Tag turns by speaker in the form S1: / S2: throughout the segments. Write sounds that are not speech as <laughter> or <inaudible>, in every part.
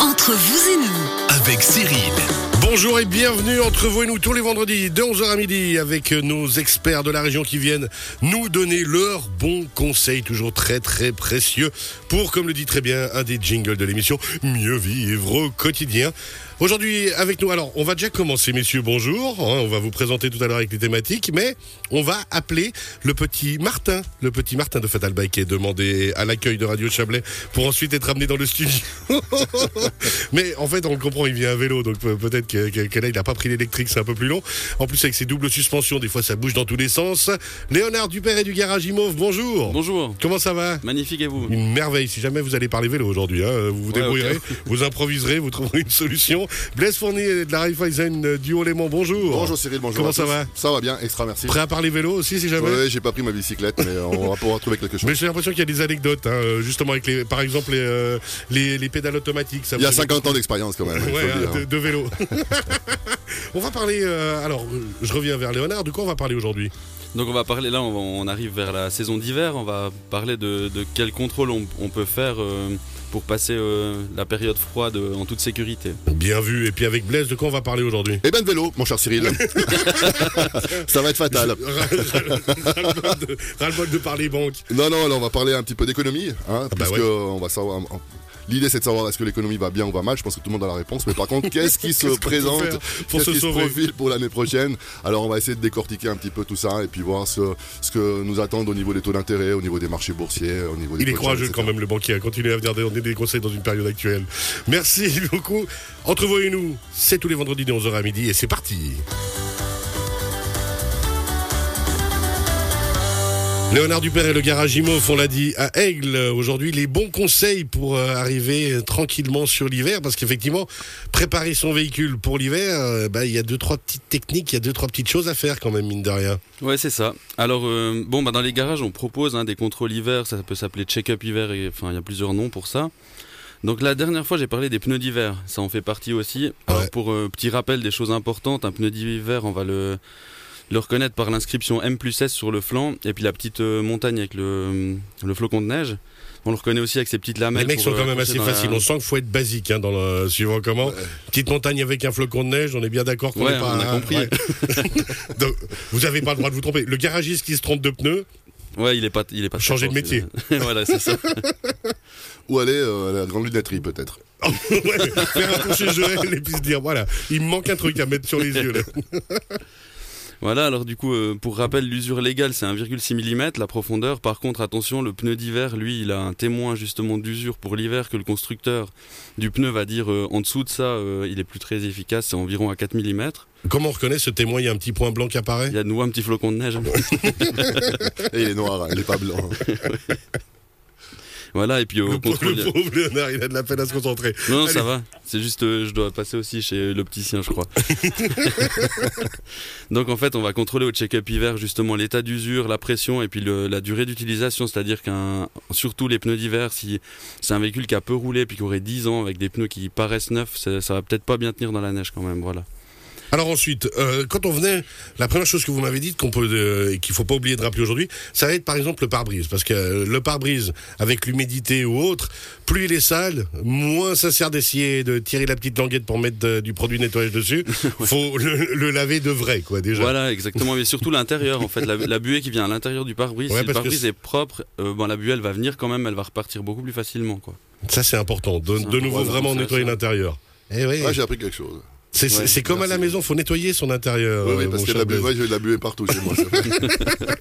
S1: Entre vous et nous,
S2: avec Cyril.
S3: Bonjour et bienvenue entre vous et nous tous les vendredis de 11h à midi avec nos experts de la région qui viennent nous donner leurs bons conseils, toujours très très précieux pour, comme le dit très bien un des jingles de l'émission, mieux vivre au quotidien. Aujourd'hui avec nous, alors on va déjà commencer messieurs, bonjour, hein, on va vous présenter tout à l'heure avec les thématiques, mais on va appeler le petit Martin, le petit Martin de Fatal Bike qui est demandé à l'accueil de Radio Chablais pour ensuite être amené dans le studio. <laughs> Mais en fait, on le comprend, il vient à vélo, donc peut- peut-être que, que- que là, il n'a pas pris l'électrique, c'est un peu plus long. En plus, avec ses doubles suspensions, des fois, ça bouge dans tous les sens. Léonard Dupère et du Garage Imov, bonjour.
S4: Bonjour,
S3: Comment ça va
S4: magnifique et vous
S3: une merveille, si jamais vous allez parler vélo aujourd'hui, hein, vous vous
S4: Ouais,
S3: débrouillerez,
S4: ok.
S3: vous improviserez, vous trouverez une solution. Blaise Fournier de la Raiffeisen euh, du Haut-Léman, bonjour.
S5: Bonjour Cyril, bonjour.
S3: Comment
S5: à
S3: ça
S5: tous.
S3: va
S5: Ça va bien, extra merci.
S3: Prêt à parler vélo aussi, si jamais
S5: Ouais, ouais, j'ai pas pris ma bicyclette, mais on va pouvoir trouver
S3: <laughs>
S5: quelque chose.
S3: Mais j'ai l'impression qu'il y a des anecdotes, hein, euh, justement avec les, par exemple les, euh, les, les pédales automatiques. Ça
S5: Il y a
S3: vous-
S5: 50 ans d'expérience quand même. il faut
S3: Ouais,
S5: le
S3: hein,
S5: dire.
S3: de, de vélo. <laughs> on va parler. euh, alors, euh, je reviens vers Léonard. De quoi on va parler aujourd'hui
S4: Donc on va parler, là on, va- on arrive vers la saison d'hiver, on va parler de, de quel contrôle on, on peut faire euh, pour passer euh, la période froide euh, en toute sécurité.
S3: Bien vu. Et puis avec Blaise, de quoi on va parler aujourd'hui <laughs>
S5: Eh ben de vélo, mon cher Cyril. ça va être fatal.
S3: Ras-le-bol de- ras-le-bol de parler banque.
S5: Non, non, là on va parler un petit peu d'économie, hein,
S3: bah
S5: parce
S3: ouais.
S5: on va savoir. L'idée c'est de savoir est-ce que l'économie va bien ou va mal. Je pense que tout le monde a la réponse, mais par
S3: <laughs>
S5: contre, qu'est-ce qui se
S3: Qu'est-ce qu'on peut
S5: présente,
S3: faire pour
S5: qu'est-ce
S3: se
S5: qui se
S3: sauver
S5: profile pour l'année prochaine Alors on va essayer de décortiquer un petit peu tout ça et puis voir ce, ce que nous attendent au niveau des taux d'intérêt, au niveau des marchés boursiers, au niveau des.
S3: Il est
S5: taux de change,
S3: courageux
S5: etc.
S3: quand même le banquier à continuer à venir donner des conseils dans une période actuelle. Merci <laughs> beaucoup. Entre vous et nous, c'est tous les vendredis de 11h à midi et c'est parti. Léonard Dupère et le garage Imof, on l'a dit, à Aigle, aujourd'hui, les bons conseils pour euh, arriver tranquillement sur l'hiver, parce qu'effectivement, préparer son véhicule pour l'hiver, euh, bah, il y a deux, trois petites techniques, il y a deux, trois petites choses à faire quand même, mine de rien.
S4: Ouais c'est ça. Alors euh, bon bah dans les garages on propose hein, des contrôles hiver, ça peut s'appeler check-up hiver, et- enfin il y a plusieurs noms pour ça. Donc la dernière fois j'ai parlé des pneus d'hiver, ça en fait partie aussi. Alors
S3: Ouais.
S4: pour euh, petit rappel des choses importantes, un pneu d'hiver on va le, le reconnaître par l'inscription M plus S sur le flanc et puis la petite euh, montagne avec le, le flocon de neige. On le reconnaît aussi avec ses petites lamelles.
S3: Les mecs
S4: pour,
S3: sont
S4: euh,
S3: quand même
S4: accrocher
S3: assez
S4: dans la-
S3: faciles. On sent qu'il faut être basique hein, dans le suivant comment. Petite montagne avec un flocon de neige, on est bien d'accord qu'on
S4: Ouais,
S3: n'est pas. hein.
S4: on a compris.
S3: ouais. Donc, vous n'avez pas le droit de vous tromper. Le garagiste qui se trompe de pneus, <laughs>
S4: Ouais, il est pas, il est pas. très
S3: Changer de
S4: fort,
S3: métier.
S4: celui-là. <laughs> voilà, c'est ça.
S5: Ou aller euh, à la grande
S3: <laughs>
S5: lunetterie peut-être.
S3: ouais, faire un tour chez Joël et puis se dire voilà, il me manque un truc à mettre sur les yeux. là.
S4: Voilà, alors du coup, euh, pour rappel, l'usure légale, c'est 1,6 mm la profondeur. Par contre, attention, le pneu d'hiver, lui, il a un témoin justement d'usure pour l'hiver que le constructeur du pneu va dire euh, en dessous de ça, euh, il est plus très efficace, c'est environ à 4 mm.
S3: Comment on reconnaît ce témoin Il y a un petit point blanc qui apparaît
S4: Il y a de nouveau un petit flocon de neige.
S5: Et il est noir, hein, il est pas blanc.
S4: voilà, et puis euh, au
S3: le, pauvre-
S4: contrôle.
S3: le pauvre Léonard, il a de la peine à se concentrer.
S4: Non, non,
S3: Allez.
S4: ça va. C'est juste, euh, je dois passer aussi chez l'opticien, je
S3: <laughs>
S4: crois. Donc en fait, on va contrôler au check-up hiver justement l'état d'usure, la pression et puis le- la durée d'utilisation. C'est-à-dire qu'un, surtout les pneus d'hiver, si c'est un véhicule qui a peu roulé puis qui aurait 10 ans avec des pneus qui paraissent neufs, ça, ça va peut-être pas bien tenir dans la neige quand même. Voilà.
S3: Alors ensuite, euh, quand on venait, la première chose que vous m'avez dite qu'on peut euh, et qu'il faut pas oublier de rappeler aujourd'hui, ça va être par exemple le pare-brise, parce que euh, le pare-brise avec l'humidité ou autre, plus il est sale, moins ça sert d'essayer de tirer la petite languette pour mettre de- du produit de nettoyage
S4: <laughs>
S3: dessus. Faut le, le laver de vrai, quoi, déjà.
S4: Voilà, exactement. Mais surtout l'intérieur, en fait, la, la buée qui vient à l'intérieur du pare-brise.
S3: Ouais,
S4: si le
S3: parce que
S4: pare-brise
S3: c'est-
S4: est propre, euh, bon, la buée elle va venir quand même, elle va repartir beaucoup plus facilement, quoi.
S3: Ça c'est important. De,
S4: C'est
S3: de nouveau
S4: important,
S3: vraiment
S4: ça,
S3: nettoyer
S4: ça.
S3: l'intérieur. Eh oui.
S5: Ah, j'ai appris quelque chose.
S3: c'est c'est-
S4: ouais,
S3: c'est comme à la
S4: merci.
S3: maison, faut nettoyer son intérieur.
S5: Oui, oui,
S3: euh,
S5: parce
S3: mon
S5: que
S3: cher
S5: la buée,
S3: Blaise,
S5: ouais, j'ai de la buée partout chez
S3: <laughs>
S5: moi. c'est vrai.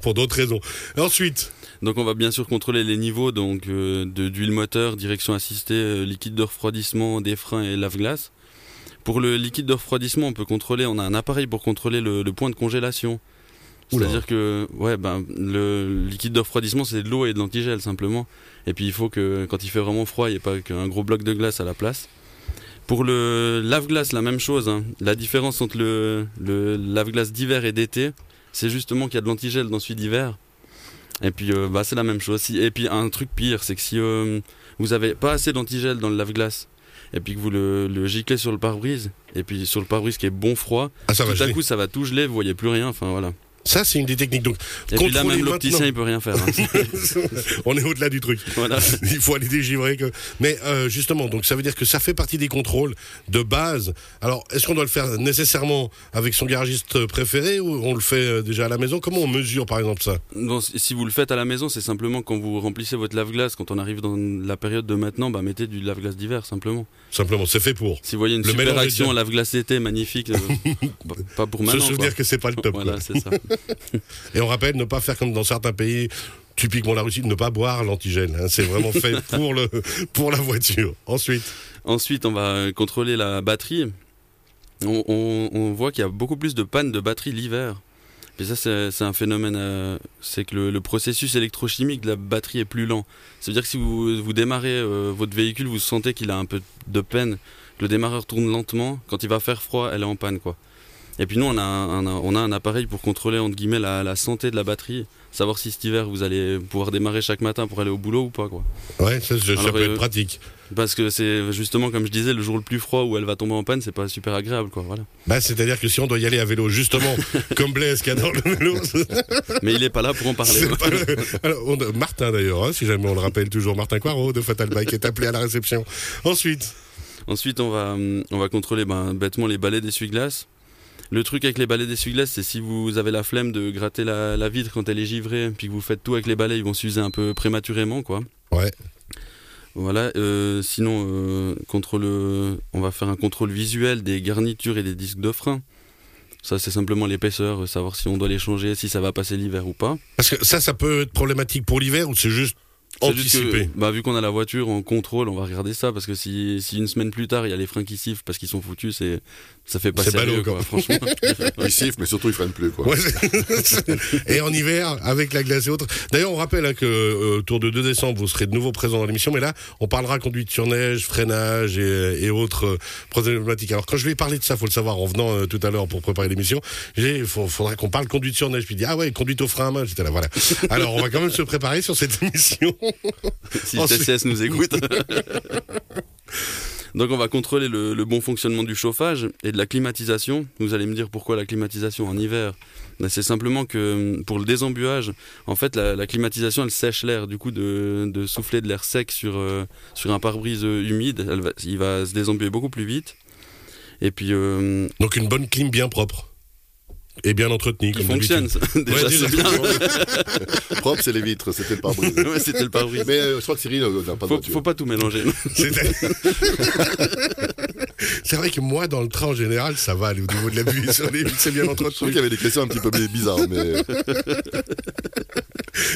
S3: pour d'autres raisons. Ensuite,
S4: Donc on va bien sûr contrôler les niveaux donc euh, de d'huile moteur, direction assistée, euh, liquide de refroidissement, des freins et lave-glace. Pour le liquide de refroidissement, on peut contrôler, on a un appareil pour contrôler le, le point de congélation.
S3: Oula.
S4: C'est-à-dire que ouais ben le liquide de refroidissement c'est de l'eau et de l'antigel simplement. Et puis il faut que quand il fait vraiment froid, il n'y ait pas qu'un gros bloc de glace à la place. Pour le lave-glace, la même chose. hein. La différence entre le, le lave-glace d'hiver et d'été, c'est justement qu'il y a de l'antigel dans celui d'hiver. Et puis, euh, bah, c'est la même chose. Si- Et puis, un truc pire, c'est que si euh, vous avez pas assez d'antigel dans le lave-glace, et puis que vous le, le giclez sur le pare-brise, et puis sur le pare-brise qui est bon froid,
S3: ah, ça va
S4: tout à
S3: geler.
S4: coup, ça va tout geler, vous voyez plus rien. Enfin, voilà.
S3: Ça, c'est une des techniques. Donc,
S4: Et puis là,
S3: contrôlez
S4: même
S3: maintenant.
S4: l'opticien, il peut rien
S3: <laughs>
S4: faire. hein.
S3: On est au-delà du truc.
S4: Voilà.
S3: <laughs> Il faut aller dégivrer. Que... Mais euh, justement, donc ça veut dire que ça fait partie des contrôles de base. Alors, est-ce qu'on doit le faire nécessairement avec son garagiste préféré ou on le fait euh, déjà à la maison Comment on mesure, par exemple, ça
S4: Bon, si si vous le faites à la maison, c'est simplement quand vous remplissez votre lave-glace, quand on arrive dans la période de maintenant, bah, mettez du lave-glace d'hiver, simplement.
S3: Simplement, c'est fait pour.
S4: Si vous voyez une
S3: Le
S4: super
S3: mélange est
S4: action
S3: bien.
S4: lave-glace été magnifique, euh,
S3: <laughs>
S4: bah, pas pour
S3: Se
S4: maintenant.
S3: souvenir que c'est pas le
S4: quoi.
S3: top.
S4: Voilà,
S3: quoi.
S4: c'est ça.
S3: Et on rappelle, ne pas faire comme dans certains pays, typiquement la Russie, ne pas boire l'antigel. hein. C'est vraiment
S4: <laughs>
S3: fait pour, le, pour la voiture. Ensuite,
S4: Ensuite, on va euh, contrôler la batterie. On, on- on voit qu'il y a beaucoup plus de pannes de batterie l'hiver. Et ça, c'est c'est un phénomène. euh, c'est que le, le processus électrochimique de la batterie est plus lent. Ça veut dire que si vous, vous démarrez euh, votre véhicule, vous sentez qu'il a un peu de peine. Le démarreur tourne lentement. Quand il va faire froid, elle est en panne. quoi. Et puis nous, on a un, un- on a un appareil pour contrôler entre guillemets la, la santé de la batterie. Savoir si cet hiver, vous allez pouvoir démarrer chaque matin pour aller au boulot ou pas. quoi.
S3: ouais, ça, ça
S4: Alors,
S3: peut être
S4: euh,
S3: pratique.
S4: Parce que c'est justement, comme je disais, le jour le plus froid où elle va tomber en panne, c'est pas super agréable, quoi. Voilà.
S3: Bah, C'est-à-dire que si on doit y aller à vélo,
S4: <laughs>
S3: justement, comme Blaise qui adore le vélo,
S4: Mais il est pas là pour en parler.
S3: <laughs> c'est pas le- Alors, on a- Martin d'ailleurs, hein, si jamais on le rappelle toujours, Martin Coirot de Fatal Bike est appelé à la réception. Ensuite,
S4: Ensuite, on va, hum, on va contrôler ben, bêtement les balais d'essuie-glace. Le truc avec les balais d'essuie-glace, c'est si vous avez la flemme de gratter la, la vitre quand elle est givrée, puis que vous faites tout avec les balais, ils vont s'user un peu prématurément, quoi.
S3: Ouais.
S4: Voilà. euh, sinon, euh, contrôle, euh, on va faire un contrôle visuel des garnitures et des disques de frein. Ça, c'est simplement l'épaisseur, euh, savoir si on doit les changer, si ça va passer l'hiver ou pas.
S3: parce que ça, ça peut être problématique pour l'hiver ou c'est juste
S4: C'est juste
S3: anticipé
S4: que, bah, vu qu'on a la voiture en contrôle, on va regarder ça parce que si, si une semaine plus tard il y a les freins qui sifflent parce qu'ils sont foutus, c'est ça fait pas
S3: C'est ballot,
S4: sérieux
S3: quoi.
S4: quoi, franchement.
S3: <laughs>
S4: <laughs>
S5: Ils sifflent, mais surtout ils freinent plus. Quoi.
S3: Ouais, c'est- <laughs> et en hiver, avec la glace et autres. D'ailleurs, on rappelle hein, que euh, autour de 2 décembre, vous serez de nouveau présent dans l'émission, mais là, on parlera conduite sur neige, freinage et, et autres euh, problématiques. Alors, quand je vais parler de ça, faut le savoir en venant euh, tout à l'heure pour préparer l'émission. Il faudra qu'on parle conduite sur neige. Puis dit ah ouais, conduite au frein à main. J'étais
S4: <laughs>
S3: là, voilà. Alors, on va quand même se préparer sur cette émission.
S4: si
S3: Ensuite-
S4: TCS
S3: <laughs>
S4: nous écoute. Donc on va contrôler le, le bon fonctionnement du chauffage et de la climatisation. Vous allez me dire pourquoi la climatisation en hiver Ben, C'est simplement que hum, pour le désembuage, en fait la, la climatisation elle sèche l'air. Du coup de, de souffler de l'air sec sur, euh, sur un pare-brise euh, humide, elle va- il va se désembuer beaucoup plus vite. Et puis euh,
S3: Donc, une bonne clim bien propre et bien entretenue.
S4: qui
S3: comme
S4: fonctionne.
S3: d'habitude.
S4: ça. <laughs> Déjà,
S3: Ouais, déjà,
S4: c'est bien. <laughs>
S5: Propre, c'est les vitres, c'était le pare-brise.
S3: <laughs>
S4: Ouais, c'était le pare-brise.
S5: Mais euh, je crois que Cyril euh, n'a pas de
S4: Faut,
S5: voiture.
S4: faut pas tout mélanger.
S3: C'est C'est vrai que moi, dans le train en général, ça va aller au niveau de la
S4: <laughs>
S3: buée sur les c'est bien
S5: Je trouvais
S3: entretenu.
S5: qu'il y avait des questions un petit peu bizarres,
S3: <laughs>
S5: mais euh,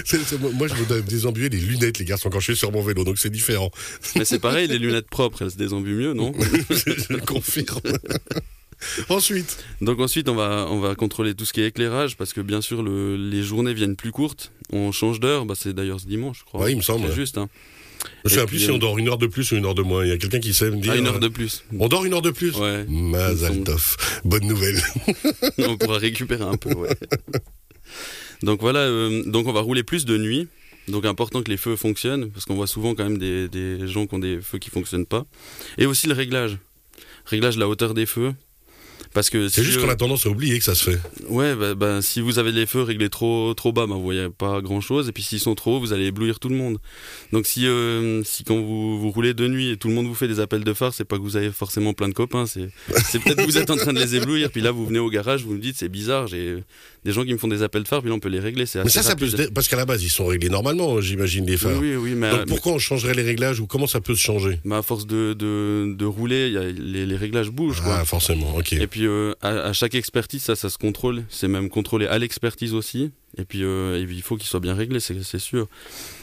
S3: C'est- c'est- Moi, je me dois désembuer les lunettes, les garçons, quand je suis sur mon vélo, donc c'est différent.
S4: Mais c'est pareil, les lunettes propres, elles se désembuent mieux, non
S3: je, je le
S4: <laughs>
S3: confirme. Ensuite,
S4: Donc ensuite, on va, on va contrôler tout ce qui est éclairage, parce que bien sûr, le- les journées viennent plus courtes. On change d'heure, bah, c'est d'ailleurs ce dimanche, je crois.
S3: Ouais, il me semble.
S4: C'est juste, hein.
S3: je sais
S4: Et
S3: plus
S4: puis,
S3: si on
S4: euh,
S3: dort une heure de plus ou une heure de moins. Il y a quelqu'un qui sait me dire.
S4: Ah, une heure
S3: euh,
S4: de plus.
S3: On dort une heure de plus
S4: Ouais,
S3: Mazaltov. Bonne nouvelle.
S4: <laughs> on pourra récupérer un peu, ouais. Donc voilà, euh, donc on va rouler plus de nuit. Donc important que les feux fonctionnent, parce qu'on voit souvent quand même des, des gens qui ont des feux qui fonctionnent pas. Et aussi le réglage. Réglage de la hauteur des feux. Parce que
S3: C'est
S4: si,
S3: juste
S4: euh,
S3: qu'on a tendance à oublier que ça se fait.
S4: Ouais, bah, bah, si vous avez les feux réglés trop, trop bas, bah, vous voyez pas grand chose. Et puis s'ils sont trop hauts, vous allez éblouir tout le monde. Donc si, euh, si quand vous, vous roulez de nuit et tout le monde vous fait des appels de phare, c'est pas que vous avez forcément plein de copains. C'est, c'est peut-être que vous êtes en train de les éblouir. Puis là, vous venez au garage, vous me dites, c'est bizarre, j'ai des gens qui me font des appels de phare, puis là, on peut les régler. C'est
S3: Mais
S4: assez
S3: ça, ça peut se
S4: rapide.
S3: dé- Parce qu'à la base, ils sont réglés normalement, hein, j'imagine, les phares.
S4: Oui, oui, oui, mais, euh,
S3: Donc pourquoi on changerait les réglages ou comment ça peut se changer
S4: mais à force de, de, de rouler, il y a- les, les réglages bougent. quoi.
S3: Ah, forcément, ok.
S4: Et puis euh, à, à chaque expertise, ça, ça se contrôle. C'est même contrôlé à l'expertise aussi. Et puis euh, et puis, il faut qu'il soit bien réglé, c'est c'est sûr.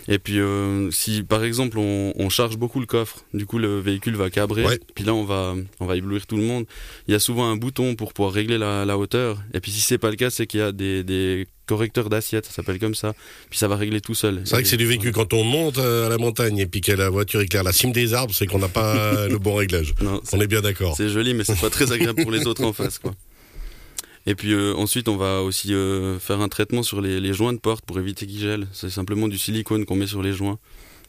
S4: Et puis euh, si par exemple on, on charge beaucoup le coffre, du coup le véhicule va cabrer.
S3: Ouais.
S4: Puis là on va on va éblouir tout le monde. Il y a souvent un bouton pour pouvoir régler la, la hauteur. Et puis si c'est pas le cas, c'est qu'il y a des, des correcteurs d'assiette, ça s'appelle comme ça. Puis ça va régler tout seul.
S3: C'est vrai que c'est du vécu. Quand on monte euh, à la montagne et puis que la voiture éclaire la cime des arbres, c'est qu'on n'a
S4: <laughs>
S3: pas le bon réglage.
S4: Non, c'est-
S3: On est bien d'accord.
S4: C'est joli, mais c'est pas très agréable pour les autres en face, quoi. Et puis euh, ensuite, on va aussi euh, faire un traitement sur les, les joints de porte pour éviter qu'ils gèlent. C'est simplement du silicone qu'on met sur les joints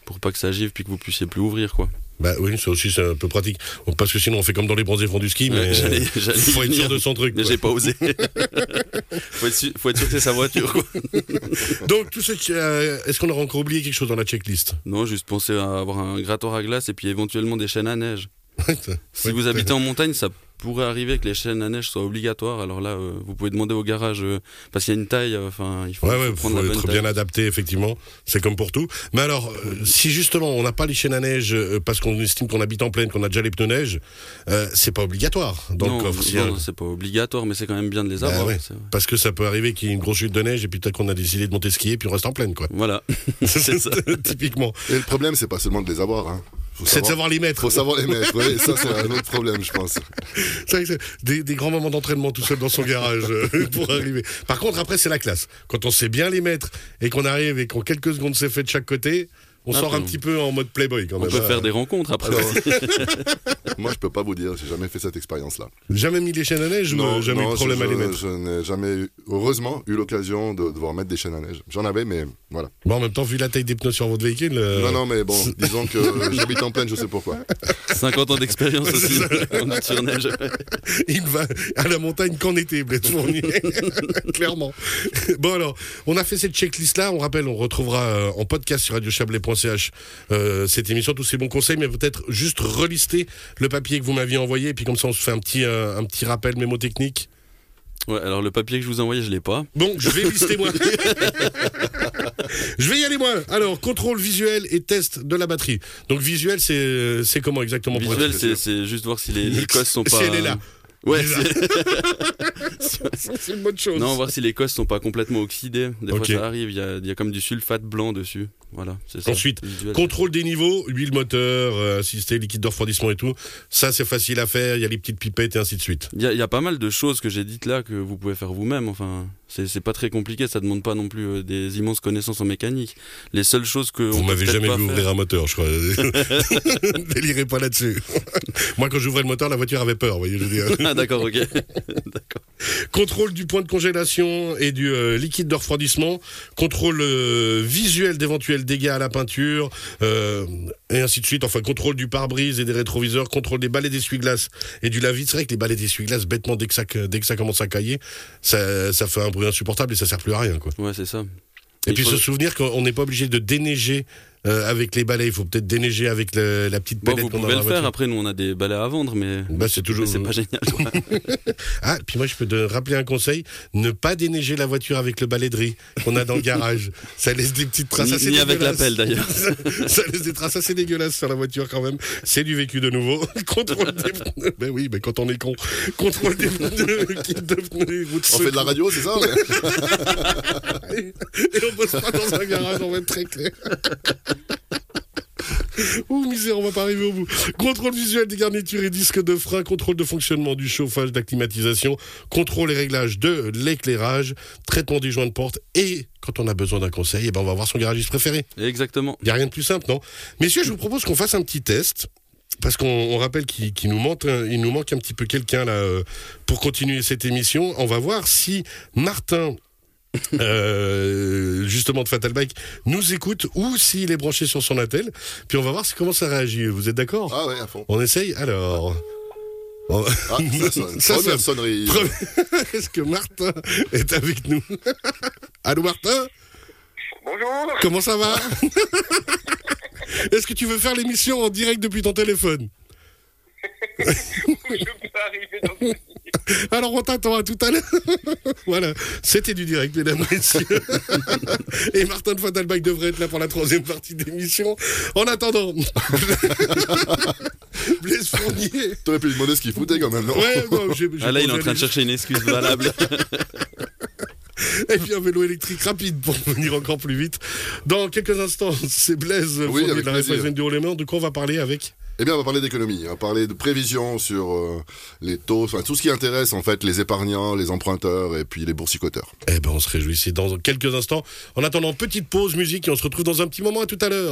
S4: pour pas que ça givre puis que vous puissiez plus ouvrir, quoi.
S3: Bah oui, ça aussi c'est un peu pratique. Parce que sinon on fait comme dans les bronzés fonds du ski, mais
S4: Ouais,
S3: <laughs>
S4: j'allais-
S3: euh,
S4: j'allais y
S3: faut être sûr
S4: venir.
S3: de son truc.
S4: Mais
S3: quoi.
S4: J'ai
S3: <laughs>
S4: pas osé. <laughs> faut, être sûr, faut être sûr que c'est sa voiture. Quoi.
S3: Donc tout ce qui, euh, est-ce qu'on aura encore oublié quelque chose dans la checklist <laughs>
S4: Non, juste penser à avoir un grattoir à glace et puis éventuellement des chaînes à neige. Si vous habitez en montagne, ça pourrait arriver que les chaînes à neige soient obligatoires. Alors là, euh, vous pouvez demander au garage euh, parce qu'il y a une taille. euh, Enfin, il faut,
S3: Ouais,
S4: faut
S3: ouais, faut,
S4: prendre la bonne
S3: être
S4: taille.
S3: bien adapté, effectivement. C'est comme pour tout. Mais alors, euh, si justement on n'a pas les chaînes à neige euh, parce qu'on estime qu'on habite en plaine, qu'on a déjà les pneus neige, euh, c'est pas obligatoire dans
S4: non,
S3: le coffre.
S4: non,
S3: sinon-
S4: non, c'est pas obligatoire, mais c'est quand même bien de les
S3: Bah
S4: avoir.
S3: ouais.
S4: c'est vrai.
S3: Parce que ça peut arriver qu'il y ait une grosse chute de neige et puis peut-être qu'on a décidé de monter skier puis on reste en plaine, quoi.
S4: Voilà,
S3: Bah
S4: c'est ça.
S3: <laughs> Typiquement.
S5: Et le problème, c'est pas seulement de les avoir. Hein. Faut
S3: C'est de savoir les mettre.
S5: Faut savoir les mettre. Oui, ça c'est un autre problème, je pense.
S3: C'est vrai que c'est des, des grands moments d'entraînement tout seul dans son garage euh, <laughs> pour arriver. Par contre, après, c'est la classe. Quand on sait bien les mettre et qu'on arrive et qu'en quelques secondes c'est fait de chaque côté, on
S4: Ah,
S3: sort un
S4: bon.
S3: petit peu en mode playboy quand
S4: <laughs> On
S3: même.
S4: peut
S3: hein.
S4: faire des rencontres après. aussi. <laughs>
S5: Moi, je peux pas vous dire. J'ai jamais fait cette expérience-là.
S3: Jamais mis les chaînes à neige ou euh, jamais eu de
S5: je-
S3: problème à les
S5: je-
S3: mettre
S5: Je n'ai jamais, eu- heureusement, eu l'occasion de devoir mettre des chaînes à neige. J'en avais, mais voilà.
S3: Bon, en même temps, vu la taille des pneus sur votre véhicule. euh,
S5: Non, non, mais bon,
S3: <laughs>
S5: disons que j'habite en plaine, je sais pourquoi.
S4: 50 ans d'expérience aussi <laughs>
S3: C'est
S4: en surneige.
S3: <laughs> Il ne va à la montagne qu'en été, Blaise Fournier. <laughs> Clairement. Bon, alors, on a fait cette checklist-là. On rappelle, on retrouvera euh, en podcast sur radiochablais.ch euh, cette émission, tous ces bons conseils, mais peut-être juste relister le papier que vous m'aviez envoyé. Et puis, comme ça, on se fait un petit, euh, un petit rappel mémotechnique.
S4: Ouais, alors le papier que je vous ai envoyé, je l'ai pas.
S3: Bon, je vais lister moi. <laughs> je vais y aller moi. Alors, contrôle visuel et test de la batterie. Donc, visuel, c'est c'est comment exactement pour
S4: Visuel,
S3: être-
S4: c'est c'est juste voir si les, les cosses sont
S3: Si
S4: pas.
S3: elle est là.
S4: Ouais,
S3: Déjà.
S4: c'est-
S3: <laughs>
S4: <laughs>
S3: C'est une bonne chose.
S4: non, voir si les cosses sont pas complètement oxydées. Des
S3: Ok.
S4: fois, ça arrive. Il y a, il y a comme du sulfate blanc dessus. Voilà, c'est ça.
S3: Ensuite,
S4: Visuel.
S3: Contrôle des niveaux, huile moteur, euh, assisté, liquide de refroidissement et tout. Ça, c'est facile à faire. Il y a les petites pipettes et ainsi de suite.
S4: Il y, a- il y a pas mal de choses que j'ai dites là que vous pouvez faire vous-même. Enfin, c'est c'est pas très compliqué. Ça demande pas non plus euh, des immenses connaissances en mécanique. Les seules choses que
S3: Vous
S4: on peut
S3: m'avez
S4: peut-être
S3: jamais
S4: pas
S3: vu
S4: faire-
S3: ouvrir un moteur, je crois. <laughs> Délirez pas là-dessus. <laughs> Moi, quand j'ouvrais le moteur, la voiture avait peur, vous voyez, je veux dire.
S4: <laughs> Ah
S3: <laughs>
S4: d'accord, ok. D'accord.
S3: Contrôle du point de congélation et du euh, liquide de refroidissement. Contrôle euh, visuel d'éventuels dégâts à la peinture. euh, et ainsi de suite. Enfin, contrôle du pare-brise et des rétroviseurs. Contrôle des balais d'essuie-glace et du lavis. C'est vrai que les balais d'essuie-glace, bêtement, dès que, ça, dès que ça commence à cailler, ça, ça fait un bruit insupportable et ça sert plus à rien. Quoi.
S4: Ouais, c'est ça.
S3: Et
S4: Il
S3: puis
S4: faut-
S3: se souvenir qu'on n'est pas obligé de déneiger euh, avec les balais. Il faut peut-être déneiger avec le- la petite
S4: Bon,
S3: palette
S4: vous
S3: qu'on a
S4: pouvez
S3: dans la
S4: le faire.
S3: voiture.
S4: Après, nous, on a des balais à vendre, mais.
S3: Bah, c'est toujours-
S4: mais <laughs> C'est
S3: <laughs>
S4: pas génial.
S3: Ah, puis moi, je peux te rappeler un conseil ne pas déneiger la voiture avec le balai de riz qu'on a dans le garage. Ça laisse des petites traces
S4: Ni-
S3: assez
S4: ni avec
S3: dégueulasses.
S4: la pelle,
S3: <laughs>
S4: d'ailleurs.
S3: ça, ça laisse des traces assez dégueulasses sur la voiture quand même. C'est du vécu de nouveau. <laughs> Contrôle des <laughs> pneus. Ben oui, mais quand on est con. Contrôle des <laughs> pneus, kit de pneus, route
S5: On fait de la radio, c'est ça ouais
S3: et on bosse pas dans un garage, on va être très clair. <laughs> Ouh, misère, on va pas arriver au bout. Contrôle visuel des garnitures et disques de frein, contrôle de fonctionnement du chauffage, de la climatisation, contrôle et réglage de l'éclairage, traitement des joints de porte et quand on a besoin d'un conseil, eh ben on va voir son garagiste préféré.
S4: Exactement.
S3: Il n'y a rien de plus simple, non Messieurs, je vous propose qu'on fasse un petit test. Parce qu'on on rappelle qu'il qu'il nous manque, un- il nous manque un petit peu quelqu'un là euh, pour continuer cette émission. On va voir si Martin, <laughs> euh, justement de Fatal Bike, nous écoute ou s'il est branché sur son attel. Puis on va voir si- comment ça réagit. Vous êtes d'accord
S5: Ah ouais, à fond.
S3: On essaye alors. <laughs> On-
S5: Ah, ça sonne.
S3: Ça
S5: Première
S3: sonne.
S5: sonnerie.
S3: Est-ce que Martin est avec nous <laughs> Allô Martin
S1: Bonjour, <laughs>
S3: Comment ça va <laughs> Est-ce que tu veux faire l'émission en direct depuis ton téléphone
S1: je peux arriver dans
S3: Alors on t'attend à tout à l'heure. <laughs> voilà, c'était du direct, mesdames, messieurs. <laughs> Et Martin de Fatalbach devrait être là pour la troisième partie d'émission. En attendant, <laughs> Blaise Fournier.
S5: T'aurais pu lui demander ce qu'il foutait quand même, non
S3: Ouais, non, j'ai- j'ai
S4: Ah, là, il est en
S3: posé
S4: train de
S3: la-
S4: chercher une
S3: <laughs>
S4: excuse valable.
S3: Et puis un vélo électrique rapide pour venir encore plus vite. Dans quelques instants, c'est Blaise Fournier
S5: avec
S3: de la
S5: plaisir.
S3: Réflexion du Haut-les-Mains. De quoi on va parler avec
S5: Eh bien, on va parler d'économie, on va parler de prévision sur euh, les taux, enfin, tout ce qui intéresse en fait les épargnants, les emprunteurs et puis les boursicoteurs.
S3: Eh ben, on se réjouissait dans quelques instants. En attendant, petite pause musique et on se retrouve dans un petit moment. À tout à l'heure.